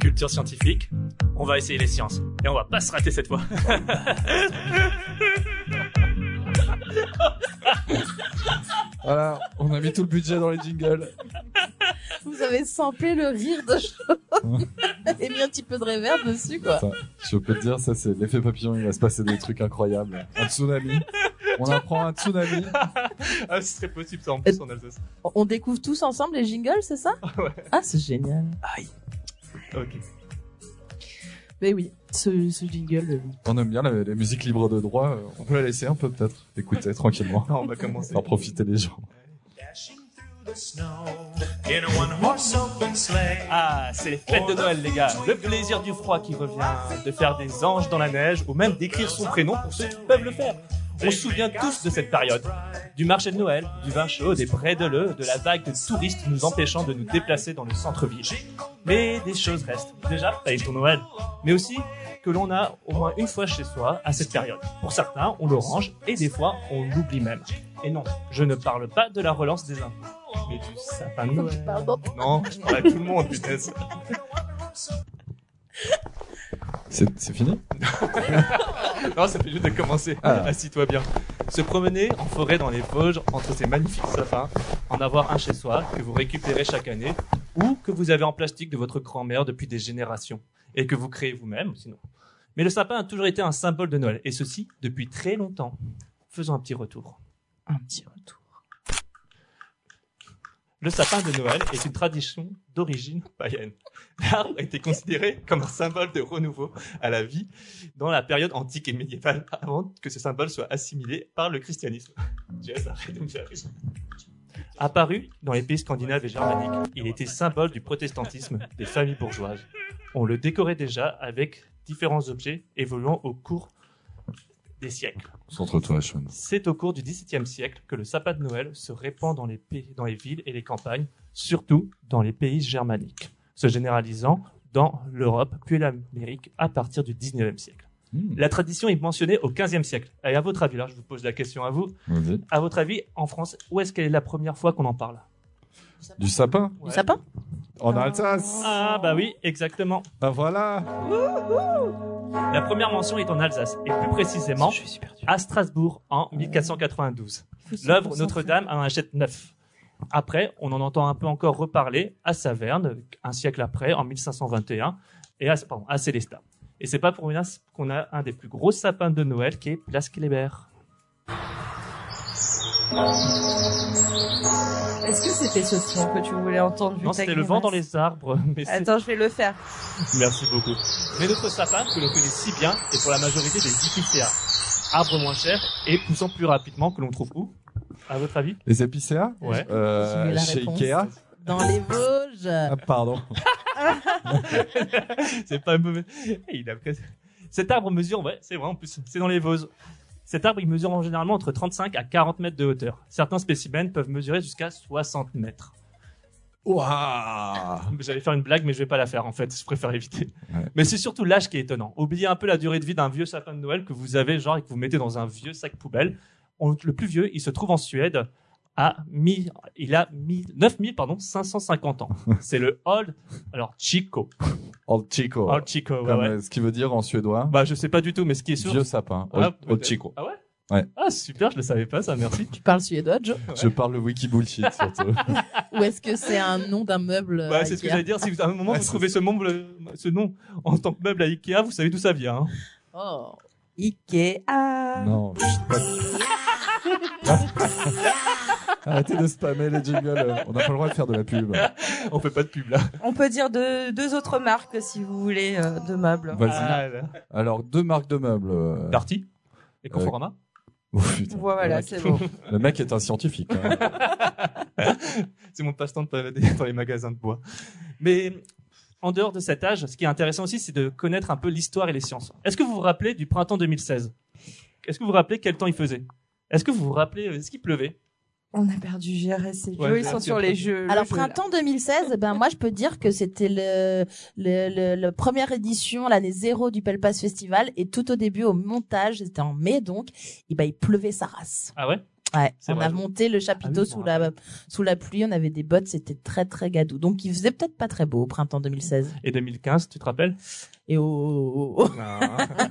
culture scientifique, on va essayer les sciences. Et on va pas se rater cette fois. Voilà, on a mis tout le budget dans les jingles. Vous avez samplé le rire de Sean et mis un petit peu de réverb dessus, quoi. Putain, je peux te dire, ça c'est l'effet papillon, il va se passer des trucs incroyables. Un tsunami. On apprend un tsunami. ah, ce serait possible ça en plus en Alsace. On découvre tous ensemble les jingles, c'est ça Ouais. Ah, c'est génial. Aïe. Ok. Mais oui, ce, ce jingle. euh, On aime bien la, la musique libre de droit, euh, on peut la laisser un peu peut-être. Écoutez tranquillement. Non, on va commencer. En profiter les gens. Dashing through the snow in a one horse open sleigh. Ah, c'est les fêtes de Noël, les gars. Le plaisir du froid qui revient, de faire des anges dans la neige, ou même d'écrire son prénom pour ceux qui peuvent le faire. On se souvient tous de cette période. Du marché de Noël, du vin chaud, des brédeleux, de la vague de touristes nous empêchant de nous déplacer dans le centre-ville. Mais des choses restent. Déjà, t'as eu ton Noël. Mais aussi que l'on a au moins une fois chez soi à cette période. Pour certains, on le range et des fois, on l'oublie même. Et non, je ne parle pas de la relance des impôts, mais du sapin de Noël. Pardon. Non, je parle à tout le monde, punaise. C'est c'est fini Non, ça fait juste de commencer. Ah. Assis-toi bien. Se promener en forêt dans les Vosges entre ces magnifiques sapins, en avoir un chez soi que vous récupérez chaque année ou que vous avez en plastique de votre grand-mère depuis des générations et que vous créez vous-même sinon. Mais le sapin a toujours été un symbole de Noël et ceci depuis très longtemps. Faisons un petit retour. Un petit retour. Le sapin de Noël est une tradition d'origine païenne. L'arbre était considéré comme un symbole de renouveau à la vie dans la période antique et médiévale avant que ce symbole soit assimilé par le christianisme. Jess, arrête de me faire rire. Apparu dans les pays scandinaves et germaniques, il était symbole du protestantisme des familles bourgeoises. On le décorait déjà avec différents objets évoluant au cours des siècles. Centre-toi, Sean. C'est au cours du XVIIe siècle que le sapin de Noël se répand dans les, pays- dans les villes et les campagnes, surtout dans les pays germaniques, se généralisant dans l'Europe puis l'Amérique à partir du XIXe siècle. Hmm, La tradition est mentionnée au XVe siècle. Et à votre avis, là, je vous pose la question à vous. on dit. À votre avis, en France, où est-ce qu'elle est la première fois qu'on en parle Du sapin Ouais. Du sapin En Alsace Ah bah oui, exactement. Bah voilà La première mention est en Alsace, et plus précisément Je suis perdu. à Strasbourg en 1492. L'œuvre Notre-Dame a un jet neuf. Après, on en entend un peu encore reparler à Saverne, un siècle après, en 1521, et à, pardon, à Célestat. Et c'est pas pour rien qu'on a un des plus gros sapins de Noël qui est Place Kléber. Est-ce que c'était ce son que tu voulais entendre vu Non, que ta c'était le vent grimace dans les arbres. Mais c'est- Attends, je vais le faire. Merci beaucoup. Mais notre sapin, que l'on connaît si bien, est pour la majorité des épicéas. Arbres moins chers et poussant plus rapidement que l'on trouve où À votre avis Les épicéas Ouais. J'ai eu euh, la Chez réponse. Ikea Dans les Vosges. Ah, pardon. c'est pas mauvais. Et il a presque- Cet arbre mesure, ouais, c'est vrai en plus, c'est dans les Vosges. Cet arbre, il mesure en généralement entre 35 à 40 mètres de hauteur. Certains spécimens peuvent mesurer jusqu'à 60 mètres. Ouah J'allais faire une blague, mais je vais pas la faire en fait, je préfère éviter. Ouais. Mais c'est surtout l'âge qui est étonnant. Oubliez un peu la durée de vie d'un vieux sapin de Noël que vous avez, genre, et que vous mettez dans un vieux sac poubelle. On- le plus vieux, il se trouve en Suède à mi- il a mi- 9000, pardon, 550 ans. C'est le Old, alors Chico. Old Chico. Old Chico, ouais, Comme, ouais. euh, Ce qui veut dire en suédois, Bah, je sais pas du tout, mais ce qui est sûr. vieux sapin. Ah, Old, old peut-être. Chico. Ah ouais Ouais. Ah, super, je le savais pas, ça, merci. Tu parles suédois, Joe Je parle le wiki bullshit surtout. Ou est-ce que c'est un nom d'un meuble euh, Bah, c'est ce que Ikea j'allais dire. Si vous, à un moment Ouais, vous c'est- trouvez ce, membre- ce nom en tant que meuble à Ikea, vous savez d'où ça vient. hein. Oh. Ikea. non. mais je sais pas. Arrêtez de spammer les jingles. euh, On n'a pas le droit de faire de la pub. On fait pas de pub là. On peut dire deux, deux autres marques si vous voulez euh, de meubles. Vas-y. Alors, deux marques de meubles. euh, Ah, Darty et Conforama. Oh, putain. Voilà, le, mec, c'est bon. le mec est un scientifique. hein. C'est mon passe-temps de palader dans les magasins de bois. Mais en dehors de cet âge, ce qui est intéressant aussi, c'est de connaître un peu l'histoire et les sciences. Est-ce que vous vous rappelez du printemps 2016 Est-ce que vous vous rappelez quel temps il faisait Est-ce que vous vous rappelez, est-ce qu'il pleuvait On a perdu GRS et Joe, Ouais, ils j'ai sont appris sur le les printemps. jeux. le Alors jeu, là. printemps 2016, eh ben moi je peux dire que c'était le, le, le- le première édition, l'année zéro du Pelpass Festival et tout au début au montage, c'était en mai donc, et ben il eh pleuvait sa race. Ah ouais Ouais, C'est on vrai. a monté le chapiteau Ah oui, je sous m'en la sous la pluie, on avait des bottes, c'était très très gadou. Donc il faisait peut-être pas très beau au printemps 2016. Et 2015, tu te rappelles Et oh, oh, oh, oh,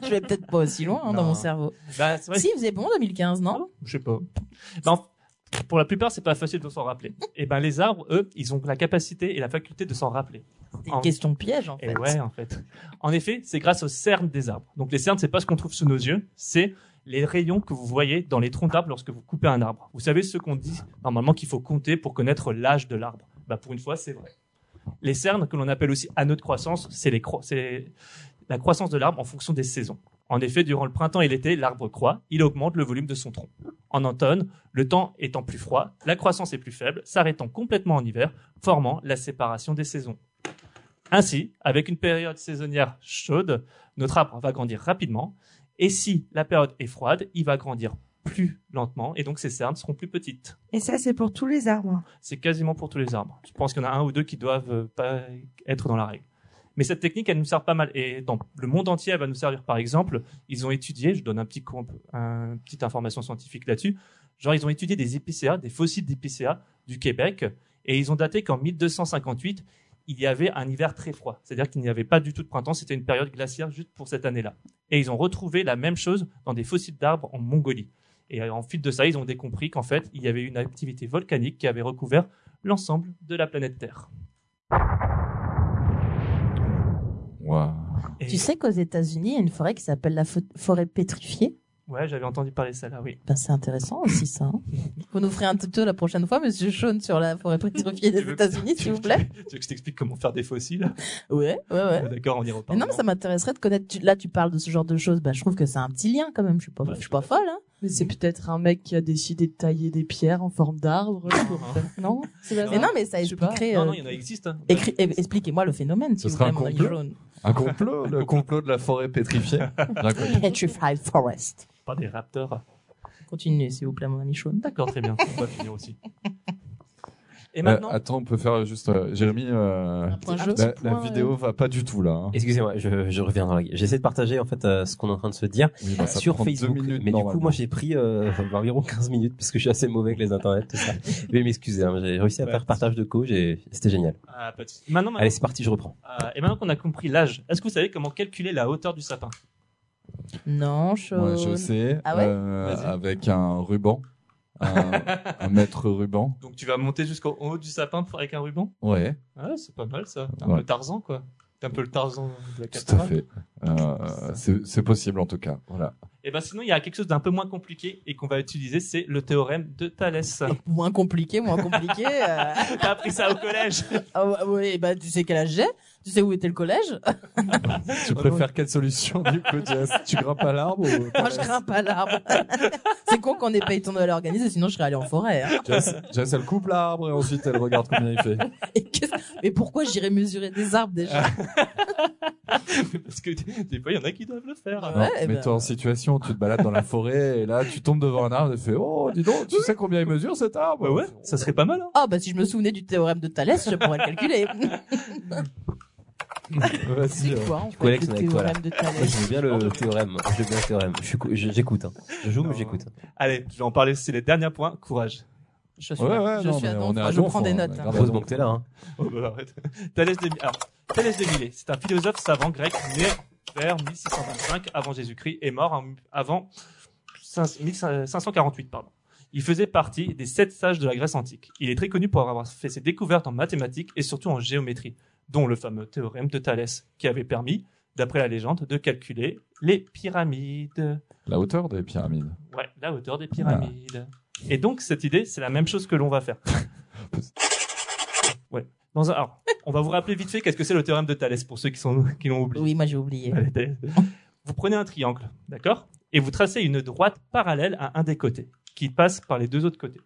je vais peut-être pas aussi loin hein, dans Non. mon cerveau. Bah, c'est vrai. Si, il faisait bon 2015, non Je sais pas. Bah, en- pour la plupart, c'est pas facile de s'en rappeler. Et ben les arbres, eux, ils ont la capacité et la faculté de s'en rappeler. C'était En- une question de piège en Ah, Et fait. ouais, en fait. En effet, c'est grâce aux cernes des arbres. Donc les cernes, c'est pas ce qu'on trouve sous nos yeux, c'est les rayons que vous voyez dans les troncs d'arbres lorsque vous coupez un arbre. Vous savez ce qu'on dit normalement qu'il faut compter pour connaître l'âge de l'arbre. Bah pour une fois, c'est vrai. Les cernes, que l'on appelle aussi anneaux de croissance, c'est les cro- c'est la croissance de l'arbre en fonction des saisons. En effet, durant le printemps et l'été, l'arbre croît, il augmente le volume de son tronc. En automne, le temps étant plus froid, la croissance est plus faible, s'arrêtant complètement en hiver, formant la séparation des saisons. Ainsi, avec une période saisonnière chaude, notre arbre va grandir rapidement. Et si la période est froide, il va grandir plus lentement et donc ses cernes seront plus petites. Et ça, c'est pour tous les arbres. C'est quasiment pour tous les arbres. Je pense qu'il y en a un ou deux qui doivent euh, pas être dans la règle. Mais cette technique, elle nous sert pas mal. Et dans le monde entier, elle va nous servir. Par exemple, ils ont étudié, je donne un petit comp- un, petite information scientifique là-dessus, genre ils ont étudié des épicéas, des fossiles d'épicéas du Québec, et ils ont daté qu'en 1258, il y avait un hiver très froid. C'est-à-dire qu'il n'y avait pas du tout de printemps, c'était une période glaciaire juste pour cette année-là. Et ils ont retrouvé la même chose dans des fossiles d'arbres en Mongolie. Et euh, en fuite de ça, ils ont décompris qu'en fait, il y avait une activité volcanique qui avait recouvert l'ensemble de la planète Terre. Waouh. Et- Tu sais qu'aux États-Unis, il y a une forêt qui s'appelle la fo- forêt pétrifiée. Ouais, j'avais entendu parler de ça là, oui. Ben, c'est intéressant aussi ça. hein. Vous nous ferez un tuto la prochaine fois, Monsieur Sean, sur la forêt pétrifiée Tu des veux- États-Unis, tu s'il veux- vous plaît. Tu veux que je t'explique comment faire des fossiles Ouais, ouais, ouais. D'accord, on y Mais repart. non, mais ça m'intéresserait de connaître. tu- Là, tu parles de ce genre de choses. Bah, je trouve que c'est un petit lien quand même. Je suis pas, Ouais, je suis pas folle. Hein. Mais c'est peut-être un mec qui a décidé de tailler des pierres en forme d'arbre. pour Hein. faire- Non, c'est pas Mais ça. non, mais ça Je sais pas. expliquerait. Non, euh, non, il y en a existe. hein. écri- eh, Expliquez-moi le phénomène, Ce s'il vous serait plaît, un mon ami complot jaune. Un complot, le complot de la forêt pétrifiée. J'ai un complot. Petrified Forest. Pas des raptors. Continuez, s'il vous plaît, mon ami jaune. D'accord, très bien. On va finir aussi. Et Euh, maintenant, attends, on peut faire juste. euh, Jérémy, euh, Un point Ah, jaune. la, la vidéo va pas du tout là. hein. Excusez-moi, je, je reviens dans la. J'essaie de partager en fait euh, ce qu'on est en train de se dire Oui, bah, ça sur prend deux Facebook. minutes, mais du coup, normalement. moi, j'ai pris euh, environ 15 minutes parce que je suis assez mauvais avec les internets, tout ça. Je vais m'excuser. hein, j'ai réussi à Ouais. faire partage de co, j'ai- c'était génial. Ah, pas de souci. maintenant, maintenant, Allez, c'est parti, je reprends. euh, et maintenant qu'on a compris l'âge, est-ce que vous savez comment calculer la hauteur du sapin Non, Moi, jaune. je sais. Ah ouais euh, Vas-y. avec un ruban. Un, un maître ruban. Donc tu vas monter jusqu'en haut du sapin pour- avec un ruban Ouais, Ah, c'est pas mal ça. Un Ouais. peu Tarzan quoi. T'es un peu le Tarzan de la tout à cathédrale. fait. Euh, c'est c'est possible en tout cas. Voilà. Et ben sinon, il y a quelque chose d'un peu moins compliqué et qu'on va utiliser, c'est le théorème de Thalès. Moins compliqué, moins compliqué. euh, T'as appris ça au collège Ah ouais, ouais, bah tu sais quel âge j'ai Tu sais où était le collège Tu Bah préfères quelle solution du coup, Jess Tu grimpes à l'arbre ou Moi, je grimpe à l'arbre. c'est con qu'on ait pas eu ton Noël organisé, sinon je serais allé en forêt. hein. Jess, Jess, elle coupe l'arbre et ensuite elle regarde combien il fait. Et qu'est-ce- Mais pourquoi j'irais mesurer des arbres déjà Parce que des des fois, il y en a qui doivent le faire. Ah. Ouais, eh ben. Mets-toi en situation, tu te balades dans la forêt et là tu tombes devant un arbre et tu fais Oh, dis donc, tu sais combien il mesure cet arbre Bah ouais, ça serait pas mal. Hein Ah bah si je me souvenais du théorème de Thalès, je pourrais le calculer. Vas-y. euh, quoi en fait, collectes le avec toi, là. théorème de Moi, Thalès j'aime bien le théorème. J'aime bien le théorème. Je suis cou- je- J'écoute. hein. Je joue, mais j'écoute. Allez, je vais en parler, c'est les derniers points. Courage. Je suis, Ouais, ouais, je non, suis à mais Nantes, on est à je Donf, prends des on est notes. hein. grave à Heureusement Donf. que t'es là. Hein. Oh, bah, arrête. Thalès de, alors, Thalès de Milet, c'est un philosophe savant grec né vers 1625 avant Jésus-Christ et mort en- avant 5- 1548. Pardon. Il faisait partie des sept sages de la Grèce antique. Il est très connu pour avoir fait ses découvertes en mathématiques et surtout en géométrie, dont le fameux théorème de Thalès, qui avait permis, d'après la légende, de calculer les pyramides. La hauteur des pyramides. Ouais, la hauteur des pyramides. Et donc, cette idée, c'est la même chose que l'on va faire. Ouais. Dans un, alors, on va vous rappeler vite fait qu'est-ce que c'est le théorème de Thalès pour ceux qui, sont, qui l'ont oublié. Oui, moi j'ai oublié. Allez, Thalès. Vous prenez un triangle, d'accord Et vous tracez une droite parallèle à un des côtés, qui passe par les deux autres côtés.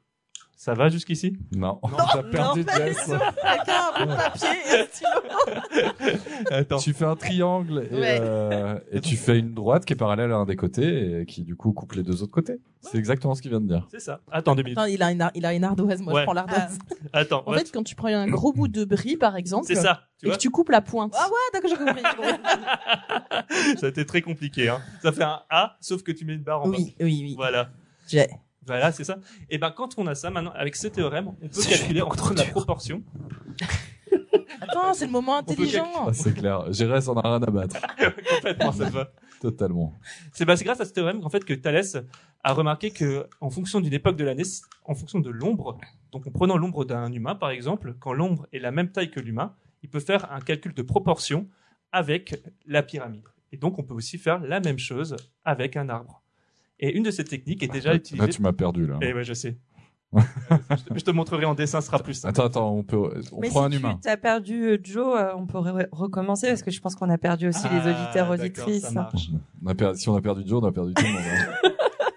Ça va jusqu'ici Non, t'as perdu Jess. Quelqu'un a un bout de papier et un stylo. Attends. Tu fais un triangle et, Ouais. euh, et tu fais une droite qui est parallèle à un des côtés et qui du coup coupe les deux autres côtés. C'est exactement ce qu'il vient de dire. C'est ça. Attends deux minutes. Attends, il a une, ar- il a une ardoise, moi Ouais. je prends l'ardoise. Attends, En ouais, fait, quand tu prends un gros bout de brie, par exemple, c'est ça. Tu et que vois tu coupes la pointe, Ah ouais, d'accord, j'ai compris. j'ai compris. Ça a été très compliqué. hein. Ça fait un A, sauf que tu mets une barre en bas. oui, oui, oui. Voilà. J'ai- Voilà, c'est ça. Et ben quand on a ça maintenant, avec ce théorème, on peut C'est calculer en beaucoup fonction trop de la dur. proportion. Attends, c'est le moment peut intelligent. Ah, c'est clair. Gérès en a rien à battre. Complètement, ça va. Totalement. C'est bah, c'est grâce à ce théorème en fait que Thalès a remarqué que en fonction d'une époque de l'année, en fonction de l'ombre, donc en prenant l'ombre d'un humain par exemple, quand l'ombre est la même taille que l'humain, il peut faire un calcul de proportion avec la pyramide. Et donc on peut aussi faire la même chose avec un arbre. Et une de ces techniques est déjà Là, utilisée. Bah, tu m'as perdu, là. Eh ouais, je sais. je, te, je te montrerai en dessin, ce sera plus simple. Attends, attends, on, peut... on Mais prend si un tu- humain. T'as perdu euh, Joe, euh, on pourrait re- recommencer parce que je pense qu'on a perdu aussi les auditeurs Ah, d'accord, auditrices. ça marche. On a perdu- Si on a perdu Joe, on a perdu tout le monde. hein.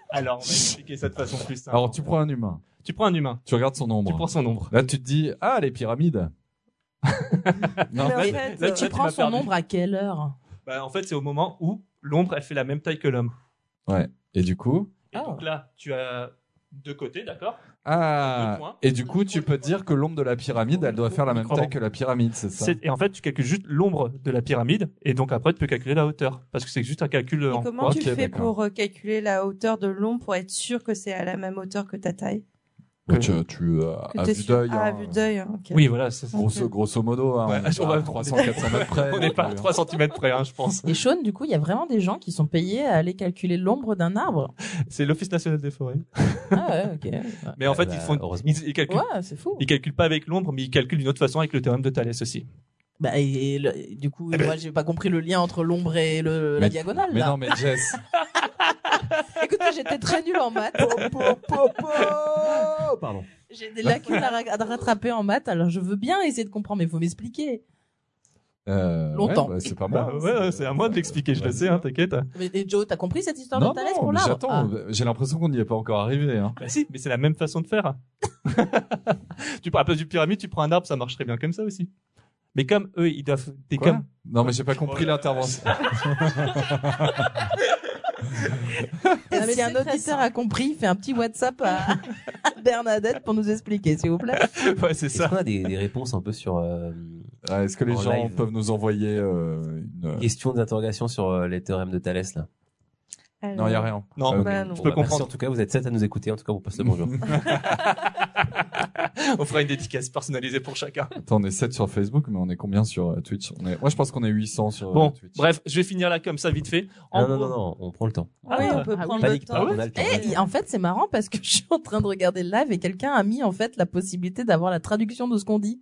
Alors, on va expliquer ça de façon plus simple. Alors, tu prends un humain. Tu prends un humain, Tu regardes son ombre. tu prends son ombre. Là, tu te dis, ah, les pyramides. non, Mais en fait, fait, là, euh, tu Tu prends m'as son perdu. ombre à quelle heure Bah, en fait, c'est au moment où l'ombre, elle fait la même taille que l'homme. Et du coup, Et donc là, tu as deux côtés, d'accord Deux ah, points. et du coup, tu peux te dire que l'ombre de la pyramide, elle doit faire la même Micro-ondes. taille que la pyramide, c'est ça C'est- Et en fait, tu calcules juste l'ombre de la pyramide, et donc après, tu peux calculer la hauteur, parce que c'est juste un calcul Et en comment croix. tu Ok, fais d'accord. pour euh, calculer la hauteur de l'ombre pour être sûr que c'est à la même hauteur que ta taille Bah, Tu, tu euh, Que à t'es vue sûr- d'œil. Ah, à hein. vue d'œil. hein, ok. Oui, voilà, c'est ça. Grosso, grosso modo, hein, Ouais, on, est on pas va- à 300, 400 mètres près. On n'est pas à donc, 3 euh, cm près, hein, je pense. Et Sean, du coup, il y a vraiment des gens qui sont payés à aller calculer l'ombre d'un arbre. C'est l'Office national des forêts. Ah ouais, ok. Ouais, Mais en fait, bah, ils, font, heureusement. ils, ils calculent, Ouais, c'est fou. ils calculent pas avec l'ombre, mais ils calculent d'une autre façon avec le théorème de Thalès aussi. Bah, et, et le- du coup, Eh ben- moi, j'ai pas compris le lien entre l'ombre et le, Mais- la diagonale. Mais là. non, mais Jess. Écoutez, j'étais très nulle en maths. Pardon. J'ai des lacunes à, ra- à rattraper en maths, alors je veux bien essayer de comprendre, mais faut m'expliquer. euh, Longtemps. ouais, bah, Ah, c'est pas moi. Bah, ouais, ouais, c'est à moi de l'expliquer, je le sais, hein, t'inquiète. Mais et Joe, t'as compris cette histoire Non, de Thalès non, pour mais l'arbre j'attends. Ah. J'ai l'impression qu'on n'y est pas encore arrivé. Hein. Bah si, mais c'est la même façon de faire. tu prends à la place du pyramide, tu prends un arbre, ça marche très bien comme ça aussi. Mais comme eux, ils doivent des Quoi comme Non, mais j'ai pas compris Oh là là. l'intervention. Ah, mais C'est si un très auditeur simple. a compris, fait un petit WhatsApp à, à Bernadette pour nous expliquer, s'il vous plaît. ouais, c'est Est-ce qu'on ça. a des, des réponses un peu sur euh, Ah, Est-ce que les En gens live. peuvent nous envoyer euh, une... questions d'interrogation sur euh, les théorèmes de Thalès là Alors, Non, il y a rien. Non, ok. bah, non. je Bon, peux bah, merci, comprendre. en tout cas, vous êtes sept à nous écouter. En tout cas, on vous passe le bonjour. On fera une dédicace personnalisée pour chacun. Attends, on est 7 sur Facebook, mais on est combien sur euh, Twitch on est... Moi, je pense qu'on est 800 sur euh, Bon, Twitch. bref, je vais finir là comme ça vite fait. En non, non, gros- non, non, on prend le temps. Ah oui, Ah, on peut ah prendre oui. Pas le d'équipe, temps. on a le temps. Eh, et en fait, c'est marrant parce que je suis en train de regarder le live et quelqu'un a mis en fait la possibilité d'avoir la traduction de ce qu'on dit.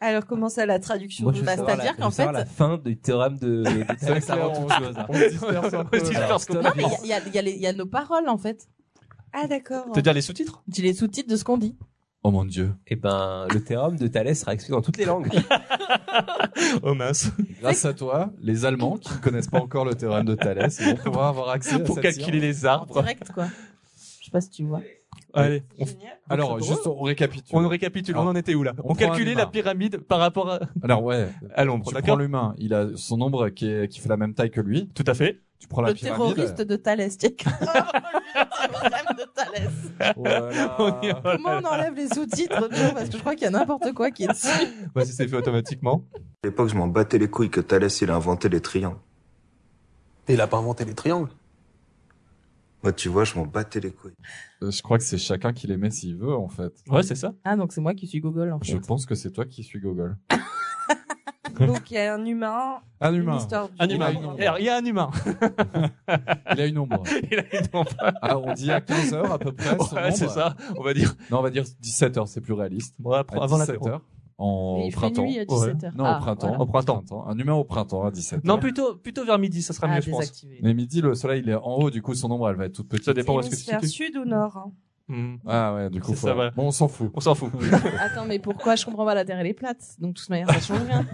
Alors, comment ça, la traduction Moi, je veux de Bah, savoir la- c'est-à-dire je veux qu'en savoir fait- la fin du théorème de, de Thalès clair, avant on- toute chose. hein. On se disperse un peu. On se disperse. Alors, parce qu'on- stop. Non, mais il y a, il y a les- il y a nos paroles en fait. Ah, d'accord. Te dire les sous-titres J'ai les sous-titres de ce qu'on dit. Oh mon dieu. Eh ben, le théorème de Thalès sera expliqué dans toutes les langues. Oh mince. Grâce à toi, les Allemands qui ne connaissent pas encore le théorème de Thalès ils vont pouvoir avoir accès à Pour cette calculer science. les En arbres. direct quoi. Je sais pas si tu vois. Allez, on, Alors, C'est juste, on récapitule. on récapitule. On en était où là On On, prend un calculait humain. la pyramide par rapport à, Alors, ouais. à l'ombre, Tu prends d'accord l'humain, il a son ombre qui, est- qui fait la même taille que lui. Tout à fait. Tu prends la Le pyramide. terroriste de Thalès. Tiens, le de Thalès. Voilà. Ah. On y va. Comment on enlève les sous-titres Joe Parce que je crois qu'il y a n'importe quoi qui est dessus. Bah, si c'est fait automatiquement. À l'époque, je m'en battais les couilles que Thalès il a inventé les triangles. Et il a pas inventé les triangles. Moi, tu vois, je m'en battais les couilles. Euh, Je crois que c'est chacun qui les met s'il veut, en fait. Ouais, c'est ça. Ah donc c'est moi qui suis Google en fait. Je pense que c'est toi qui suis Gogol. Donc, il y a un humain, Un une humain. histoire du- Un Il humain. a une ombre. Alors, Il y a un humain. Il a une ombre. Il a une ombre. Ah, on dit à 15 heures à peu près. son Ouais, c'est ombre. ça. On va dire. Non, on va dire 17 heures, c'est plus réaliste. Bon, après- À avant 17 l'apéro. heures, en Mais au il fait printemps. nuit à Ouais. 17 heures. Non, Ah, au printemps. voilà. Au printemps. Un humain au printemps à 17 Non, heures. plutôt, plutôt vers midi, ça sera mieux, Ah, je pense. désactivé. Mais midi, le soleil il est en haut, du coup son ombre elle va être toute petite. Ça dépend où est-ce que tu Hémisphère te situes. sud ou nord hein. Hmm. Ah ouais, du coup. C'est ça, faut- voilà. Bon, on s'en fout. On s'en fout. Attends, mais pourquoi je comprends pas la Terre elle est plate Donc de toute manière, ça change rien.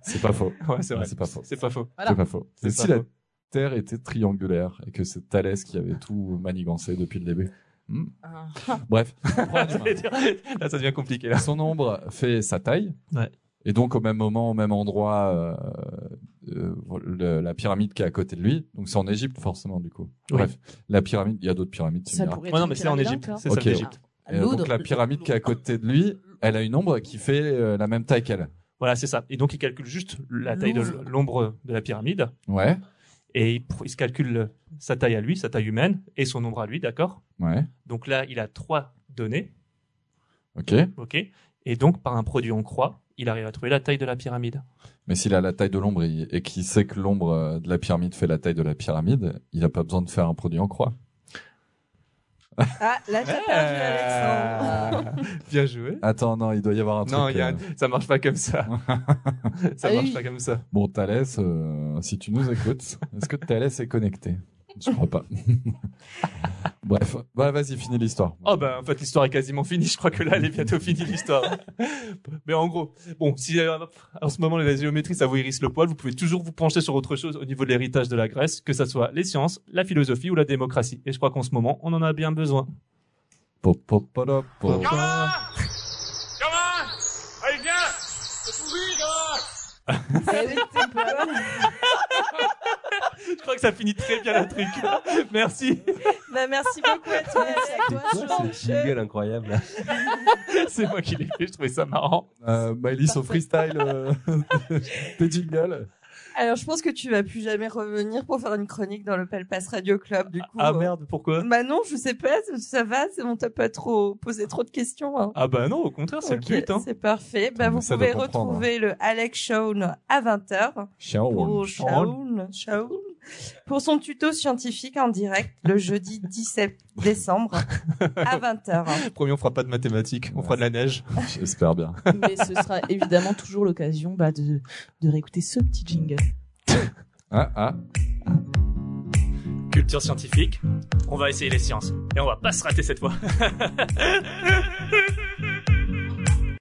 C'est pas faux. Ouais, c'est vrai. Ah, C'est pas faux. C'est pas faux. Voilà. C'est pas faux. C'est Et pas si la faux. Terre était triangulaire et que c'est Thalès qui avait tout manigancé depuis le début. Hmm. Ah. Bref. On prend un humain. Là, ça devient compliqué. Là. Son ombre fait sa taille. Ouais. Et donc, au même moment, au même endroit, euh, euh, le- la pyramide qui est à côté de lui. Donc, c'est en Égypte, forcément, du coup. Oui. Bref, la pyramide, il y a d'autres pyramides, tu me Ça diras. pourrait Ouais, non, être mais une c'est en pyramide Égypte. encore. C'est Ok. ça, l'Égypte. Et, euh, donc, la pyramide qui est à côté de lui, elle a une ombre qui fait euh, la même taille qu'elle. Voilà, c'est ça. Et donc, il calcule juste la taille de L'ombre. l'ombre de la pyramide. Ouais. et il, pr- il se calcule sa taille à lui, sa taille humaine, et son nombre à lui, d'accord Ouais. Donc là, il a trois données, Ok. ok Et donc, par un produit en croix, il arrive à trouver la taille de la pyramide. Mais s'il a la taille de l'ombre et, et qu'il sait que l'ombre euh, de la pyramide fait la taille de la pyramide, il n'a pas besoin de faire un produit en croix. Ah, là, t'as perdu, Alexandre. Ah, Bien joué. Attends, non, il doit y avoir un truc. Non, il y a- euh, ça marche pas comme ça. ça Ah marche oui. pas comme ça. Bon, Thalès, euh, si tu nous écoutes, est-ce que Thalès est connecté Je crois pas. Bref, bah, vas-y, finis l'histoire. Oh ben, en fait, l'histoire est quasiment finie. Je crois que là, elle est bientôt finie, l'histoire. Mais en gros, bon, si euh, en ce moment, la géométrie, ça vous hérisse le poil, vous pouvez toujours vous pencher sur autre chose au niveau de l'héritage de la Grèce, que ça soit les sciences, la philosophie ou la démocratie. Et je crois qu'en ce moment, on en a bien besoin. Po- po- po- lo- po- Eh Je crois que ça finit très bien la truc. Merci. Bah, merci beaucoup à toi, Alex. Ah, C'est quoi ce jingle incroyable là C'est moi qui l'ai fait. Je trouvais ça marrant. Euh, Maëlys au freestyle euh, des jingles. Alors, je pense que tu vas plus jamais revenir pour faire une chronique dans le Palpas Radio Club, du coup. Ah euh, merde, pourquoi Bah non, je sais pas, ça- ça va, c'est- on t'a pas trop posé trop de questions. hein. Ah bah non, au contraire, c'est Ok, cute. Hein. c'est parfait. Bah, On vous essaie de pouvez comprendre, retrouver le Alex Shawn à 20h Ciao. pour Shawn, Shawn, pour son tuto scientifique en direct le jeudi 17 décembre à 20h. Premier, on fera pas de mathématiques, on fera de la neige. J'espère bien. Mais ce sera évidemment toujours l'occasion bah, de, de réécouter ce petit jingle. Ah, ah. Culture scientifique, on va essayer les sciences. Et on va pas se rater cette fois.